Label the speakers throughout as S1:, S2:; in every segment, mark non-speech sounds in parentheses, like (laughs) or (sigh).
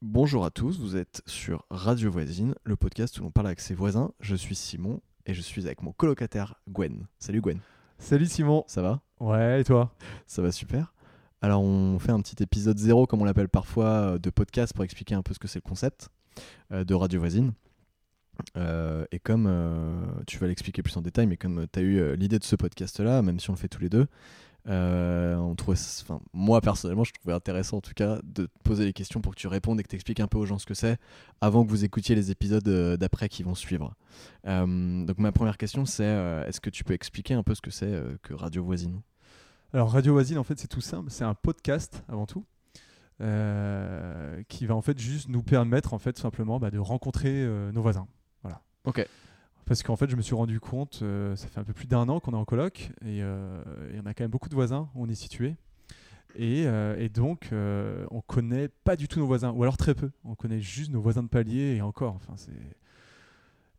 S1: Bonjour à tous, vous êtes sur Radio Voisine, le podcast où l'on parle avec ses voisins. Je suis Simon et je suis avec mon colocataire Gwen. Salut Gwen,
S2: Salut Simon.
S1: ça va
S2: Ouais, et toi
S1: Ça va super Alors on fait un petit épisode zéro, comme on l'appelle parfois, euh, de podcast pour expliquer un peu ce que c'est le concept euh, de Radio Voisine. Euh, et comme euh, tu vas l'expliquer plus en détail, mais comme tu as eu euh, l'idée de ce podcast-là, même si on le fait tous les deux, euh, on trouvait, ça- enfin, moi personnellement, je trouvais intéressant en tout cas de te poser les questions pour que tu répondes et que tu expliques un peu aux gens ce que c'est avant que vous écoutiez les épisodes euh, d'après qui vont suivre. Euh, donc ma première question c'est euh, est-ce que tu peux expliquer un peu ce que c'est euh, que Radio Voisine
S2: Alors Radio Voisine, en fait, c'est tout simple. C'est un podcast avant tout, euh, qui va en fait juste nous permettre, en fait, tout simplement, bah, de rencontrer euh, nos voisins. Voilà.
S1: Ok.
S2: Parce qu'en fait, je me suis rendu compte, euh, ça fait un peu plus d'un an qu'on est en coloc, et, euh, et on a quand même beaucoup de voisins. où On est situé. Et, euh, et donc, euh, on connaît pas du tout nos voisins, ou alors très peu. On connaît juste nos voisins de palier, et encore. Enfin, c'est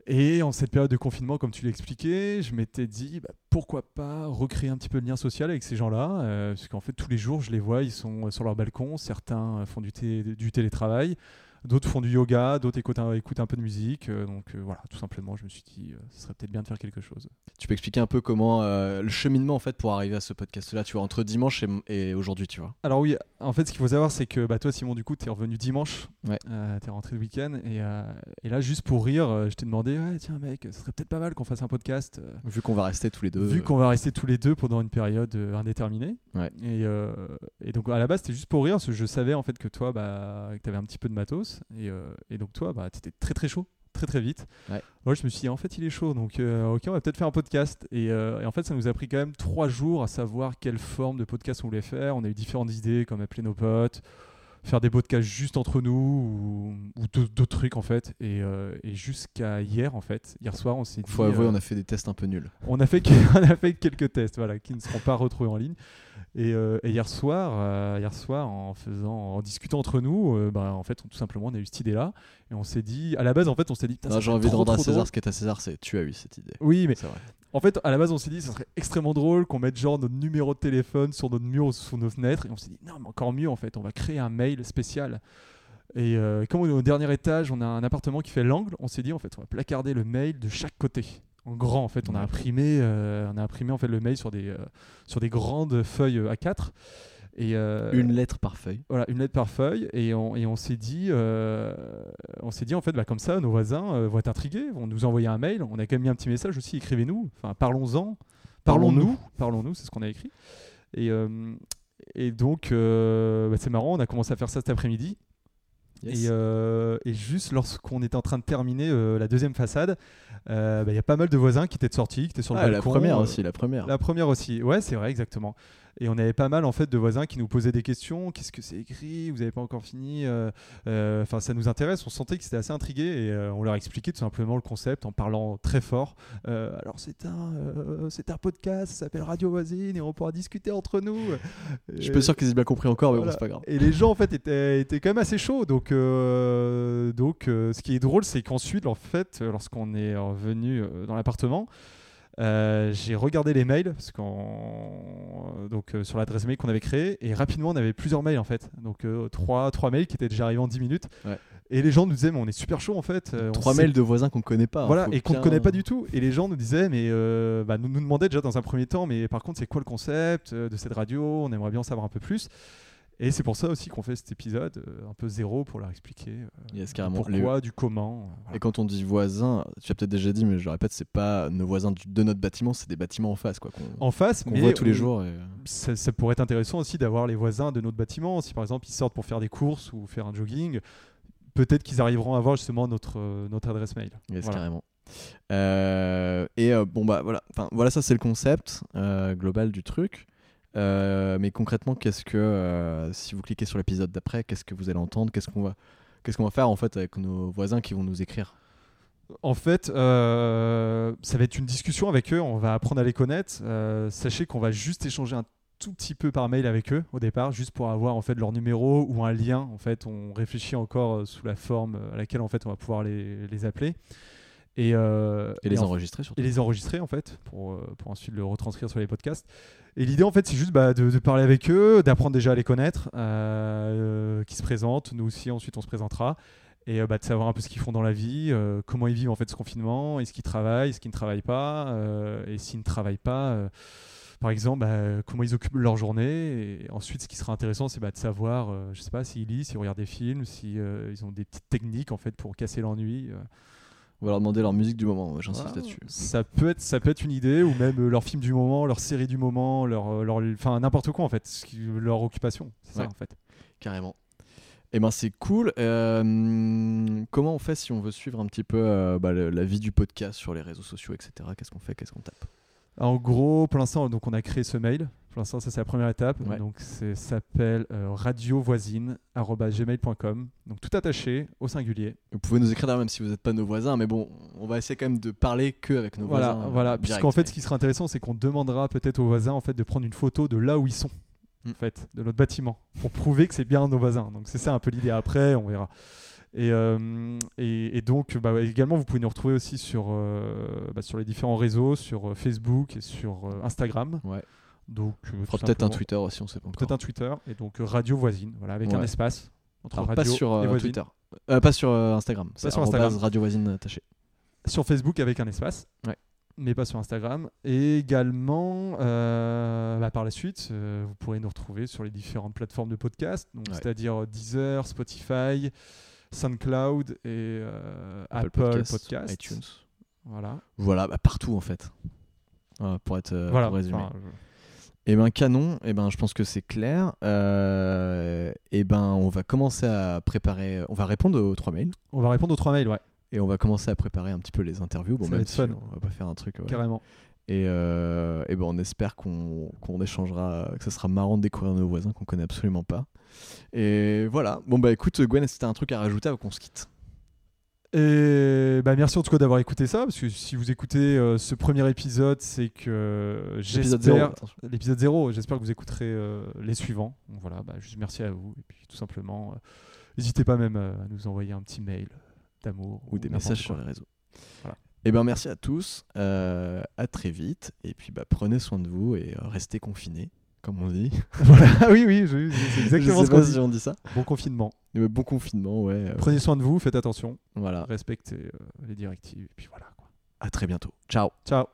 S2: Et en cette période de confinement, comme tu l'expliquais, je m'étais dit bah, pourquoi pas recréer un petit peu de lien social avec ces gens-là, euh, parce qu'en fait tous les jours je les vois, ils sont euh, sur leur balcon, certains euh, font du, té- du télétravail, d'autres font du yoga, d'autres écoutent, un- écoutent un peu de musique, euh, donc euh, voilà, tout simplement je me suis dit euh, ce serait peut-être bien de faire quelque chose.
S1: Tu peux expliquer un peu comment euh, le cheminement en fait pour arriver à ce podcast-là, tu vois, entre dimanche et, et aujourd'hui, tu vois.
S2: Alors oui, en fait, ce qu'il faut savoir, c'est que bah, toi, Simon, du coup, t'es revenu dimanche.
S1: Ouais.
S2: Euh, t'es rentré le week-end. Et, euh, et là, juste pour rire, euh, je t'ai demandé, ouais, tiens, mec, ce serait peut-être pas mal qu'on fasse un podcast. euh,
S1: Vu qu'on va rester tous les deux.
S2: Vu
S1: euh,
S2: qu'on va rester tous les deux pendant une période euh, indéterminée.
S1: Ouais.
S2: Et, euh, et donc à la base, c'était juste pour rire, parce que je savais en fait que toi, bah, que t'avais un petit peu de matos. Et, euh, et donc toi, bah, t'étais très très chaud, très très vite.
S1: Ouais.
S2: Moi, je me suis dit, en fait, il est chaud, donc euh, ok, on va peut-être faire un podcast. Et, euh, et en fait, ça nous a pris quand même trois jours à savoir quelle forme de podcast on voulait faire. On a eu différentes idées, comme appeler nos potes, faire des podcasts juste entre nous, ou, ou d'autres d'autres trucs en fait. Et, euh, et jusqu'à hier, en fait, hier soir, on s'est dit.
S1: faut avouer,
S2: euh,
S1: on a fait des tests un peu nuls.
S2: on a fait, que- (laughs) on a fait quelques tests voilà, qui ne seront pas retrouvés en ligne. Et, euh, et hier soir, euh, hier soir en, faisant, en discutant entre nous, euh, bah, en fait, on- tout simplement, on a eu cette idée-là. Et on s'est dit, à la base, en fait, on s'est dit, putain,
S1: Non,
S2: ça
S1: Ah, J'ai
S2: serait
S1: envie de
S2: trop,
S1: rendre à
S2: trop
S1: César
S2: drôle.
S1: ce qu'est à César, c'est tu as eu cette idée.
S2: Oui, mais
S1: C'est vrai.
S2: en fait, à la base, on s'est dit, ça serait extrêmement drôle qu'on mette genre notre numéro de téléphone sur notre mur, ou sur nos fenêtres. Et on s'est dit, non, mais encore mieux, en fait, on va créer un mail spécial. Et euh, comme on est au dernier étage, on a un appartement qui fait l'angle, on s'est dit, en fait, on va placarder le mail de chaque côté. En grand, en fait, on a
S1: Ouais.
S2: imprimé, euh, on a imprimé en fait le mail sur des, euh, sur des grandes feuilles A4. Et, euh,
S1: Une lettre par feuille.
S2: voilà, une lettre par feuille, et on, et on s'est dit, euh, on s'est dit en fait, bah, comme ça, nos voisins euh, vont être intrigués, vont nous envoyer un mail. On a quand même mis un petit message aussi, écrivez-nous, enfin, parlons-en, parlons-nous, parlons-nous, c'est ce qu'on a écrit. Et, euh, et donc, euh, bah, c'est marrant, on a commencé à faire ça cet après-midi,
S1: Yes.
S2: et, euh, et juste lorsqu'on était en train de terminer euh, la deuxième façade, euh, bah, il y a pas mal de voisins qui étaient sortis, qui étaient sur le
S1: Ah, la
S2: balcon,
S1: première
S2: euh,
S1: aussi, la première.
S2: la première aussi, ouais, c'est vrai, exactement. Et on avait pas mal en fait de voisins qui nous posaient des questions. Qu'est-ce que c'est écrit Vous n'avez pas encore fini Euh, euh, Enfin, ça nous intéresse. On sentait qu'ils étaient assez intrigués et euh, on leur expliquait tout simplement le concept en parlant très fort. Euh, alors c'est un, euh, c'est un podcast. Ça s'appelle Radio Voisine et on pourra discuter entre nous.
S1: Je suis pas sûr qu'ils aient bien compris encore, mais bon,
S2: euh, Voilà.
S1: c'est pas grave.
S2: Et les gens en fait étaient, étaient quand même assez chauds. Donc, euh, donc euh, ce qui est drôle, c'est qu'ensuite, en fait, euh, lorsqu'on est revenu euh, dans l'appartement, euh, j'ai regardé les mails parce qu'on donc euh, sur l'adresse mail qu'on avait créée et rapidement on avait plusieurs mails en fait. Donc euh, trois trois mails qui étaient déjà arrivés en 10 minutes.
S1: Ouais.
S2: Et les gens nous disaient mais on est super chaud en fait. euh, on
S1: Trois
S2: sait
S1: mails de voisins qu'on connaît pas. hein,
S2: voilà,
S1: faut
S2: et qu'on ne
S1: bien-
S2: connaît pas du tout. Et les gens nous disaient, mais euh, bah, nous nous demandaient déjà dans un premier temps, mais par contre, c'est quoi le concept euh, de cette radio On aimerait bien en savoir un peu plus. Et c'est pour ça aussi qu'on fait cet épisode euh, un peu zéro pour leur expliquer euh,
S1: Yes, carrément. Les-
S2: pourquoi, du comment. euh, voilà.
S1: Et quand on dit voisins, tu as peut-être déjà dit, mais je le répète, c'est pas nos voisins du- de notre bâtiment, c'est des bâtiments en face, quoi, qu'on
S2: En face,
S1: qu'on
S2: mais
S1: voit tous les
S2: on-
S1: jours. et-
S2: ça, ça pourrait être intéressant aussi d'avoir les voisins de notre bâtiment. Si par exemple ils sortent pour faire des courses ou faire un jogging, peut-être qu'ils arriveront à voir justement notre, euh, notre adresse mail.
S1: Yes,
S2: Voilà.
S1: carrément. Euh, et euh, bon, bah voilà, enfin, voilà ça c'est le concept euh, global du truc. Euh, mais concrètement, qu'est-ce que, euh, si vous cliquez sur l'épisode d'après, qu'est-ce que vous allez entendre Qu'est-ce qu'on va, qu'est-ce qu'on va faire en fait avec nos voisins qui vont nous écrire
S2: En fait, euh, ça va être une discussion avec eux. On va apprendre à les connaître. Euh, sachez qu'on va juste échanger un tout petit peu par mail avec eux au départ, juste pour avoir en fait leur numéro ou un lien. En fait, on réfléchit encore euh, sous la forme euh, à laquelle en fait on va pouvoir les, les appeler. Et, euh,
S1: Et les
S2: en-
S1: enregistrer surtout.
S2: et les enregistrer en fait pour, euh, pour ensuite le retranscrire sur les podcasts. Et l'idée en fait c'est juste bah, de, de parler avec eux, d'apprendre déjà à les connaître, euh, qui se présentent, nous aussi ensuite on se présentera, et euh, bah, de savoir un peu ce qu'ils font dans la vie, euh, comment ils vivent en fait ce confinement, est-ce qu'ils travaillent, est-ce qu'ils ne travaillent pas, euh, et s'ils ne travaillent pas, euh, par exemple bah, comment ils occupent leur journée. Et ensuite ce qui sera intéressant c'est bah, de savoir, euh, je sais pas, s'ils lisent, s'ils regardent des films, s'ils ils ont des petites techniques en fait pour casser l'ennui. euh.
S1: On va leur demander leur musique du moment, ouais, j'insiste
S2: Voilà.
S1: là-dessus.
S2: Ça peut être, ça peut être une idée, ou même euh, leur film du moment, leur série du moment, leur, euh, leur, enfin n'importe quoi en fait, ce qui- leur occupation, c'est
S1: Ouais.
S2: ça en fait.
S1: Carrément. Eh ben c'est cool. Euh, comment on fait si on veut suivre un petit peu euh, bah, le- la vie du podcast sur les réseaux sociaux, etc. Qu'est-ce qu'on fait Qu'est-ce qu'on tape
S2: En gros, pour l'instant, donc on a créé ce mail. Pour l'instant, ça c'est la première étape.
S1: Ouais.
S2: Donc c'est ça s'appelle euh, radiovoisine@gmail.com. Donc tout attaché au singulier.
S1: Vous pouvez nous écrire d'ailleurs même si vous n'êtes pas nos voisins, mais bon, on va essayer quand même de parler que avec nos
S2: voilà,
S1: voisins. euh,
S2: voilà.
S1: direct,
S2: Puisqu'en fait,
S1: mais-
S2: ce qui sera intéressant, c'est qu'on demandera peut-être aux voisins en fait de prendre une photo de là où ils sont,
S1: Mm.
S2: en fait, de notre bâtiment, pour prouver que c'est bien nos voisins. Donc c'est ça un peu l'idée. Après, on verra. Et, euh, et, et donc, bah, ouais, également, vous pouvez nous retrouver aussi sur, euh, bah, sur les différents réseaux, sur euh, Facebook et sur euh, Instagram.
S1: Ouais.
S2: Donc, euh,
S1: on
S2: tout
S1: fera peut-être un
S2: simplement.
S1: Twitter aussi, on sait pas encore.
S2: Peut-être un Twitter et donc euh, radio voisine, voilà, avec un
S1: Ouais.
S2: espace entre
S1: Alors,
S2: radio
S1: pas sur euh,
S2: et voisine.
S1: Twitter, Euh, pas sur euh, Instagram. C'est
S2: sur Instagram.
S1: arrobase Radio voisine attachée.
S2: sur Facebook avec un espace,
S1: Ouais.
S2: mais pas sur Instagram. Et également, euh, bah, par la suite, euh, vous pourrez nous retrouver sur les différentes plateformes de podcast, donc
S1: Ouais.
S2: c'est-à-dire euh, Deezer, Spotify, SoundCloud et euh, Apple, Podcast,
S1: iTunes.
S2: Voilà.
S1: Voilà, bah, partout en fait. Euh, pour être euh,
S2: voilà.
S1: pour résumer.
S2: enfin, euh,
S1: Eh ben canon, eh ben je pense que c'est clair. Euh, eh ben on va commencer à préparer, on va répondre aux trois mails
S2: on va répondre aux trois mails, ouais,
S1: et on va commencer à préparer un petit peu les interviews. Bon
S2: Ça va
S1: même
S2: être
S1: si
S2: fun.
S1: on va pas faire un truc. ouais.
S2: carrément.
S1: Et euh, eh ben on espère qu'on qu'on échangera, que ça sera marrant de découvrir nos voisins qu'on connaît absolument pas. Et voilà. Bon bah écoute Gwen, si t'as un truc à rajouter avant qu'on se quitte.
S2: Et bah merci en tout cas d'avoir écouté ça, parce que si vous écoutez euh, ce premier épisode, c'est que euh,
S1: Épisode zéro,
S2: j'espère
S1: attention.
S2: l'épisode 0. J'espère que vous écouterez euh, les suivants. Donc voilà, bah, juste merci à vous. Et puis tout simplement, euh, n'hésitez pas même euh, à nous envoyer un petit mail d'amour
S1: ou des
S2: n'importe
S1: messages
S2: quoi.
S1: sur les réseaux.
S2: Voilà.
S1: Et ben merci à tous, euh, à très vite, et puis bah, prenez soin de vous et euh, restez confinés, comme on dit.
S2: (laughs) (laughs) voilà, ah oui, oui, je- c'est
S1: (laughs) Je
S2: exactement ce
S1: sais
S2: qu'on
S1: pas
S2: dit.
S1: si on dit ça.
S2: Bon confinement.
S1: Mais bon confinement, ouais. euh,
S2: Prenez soin de vous, faites attention,
S1: Voilà.
S2: respectez euh, les directives. Et puis voilà. quoi.
S1: À très bientôt. Ciao.
S2: Ciao.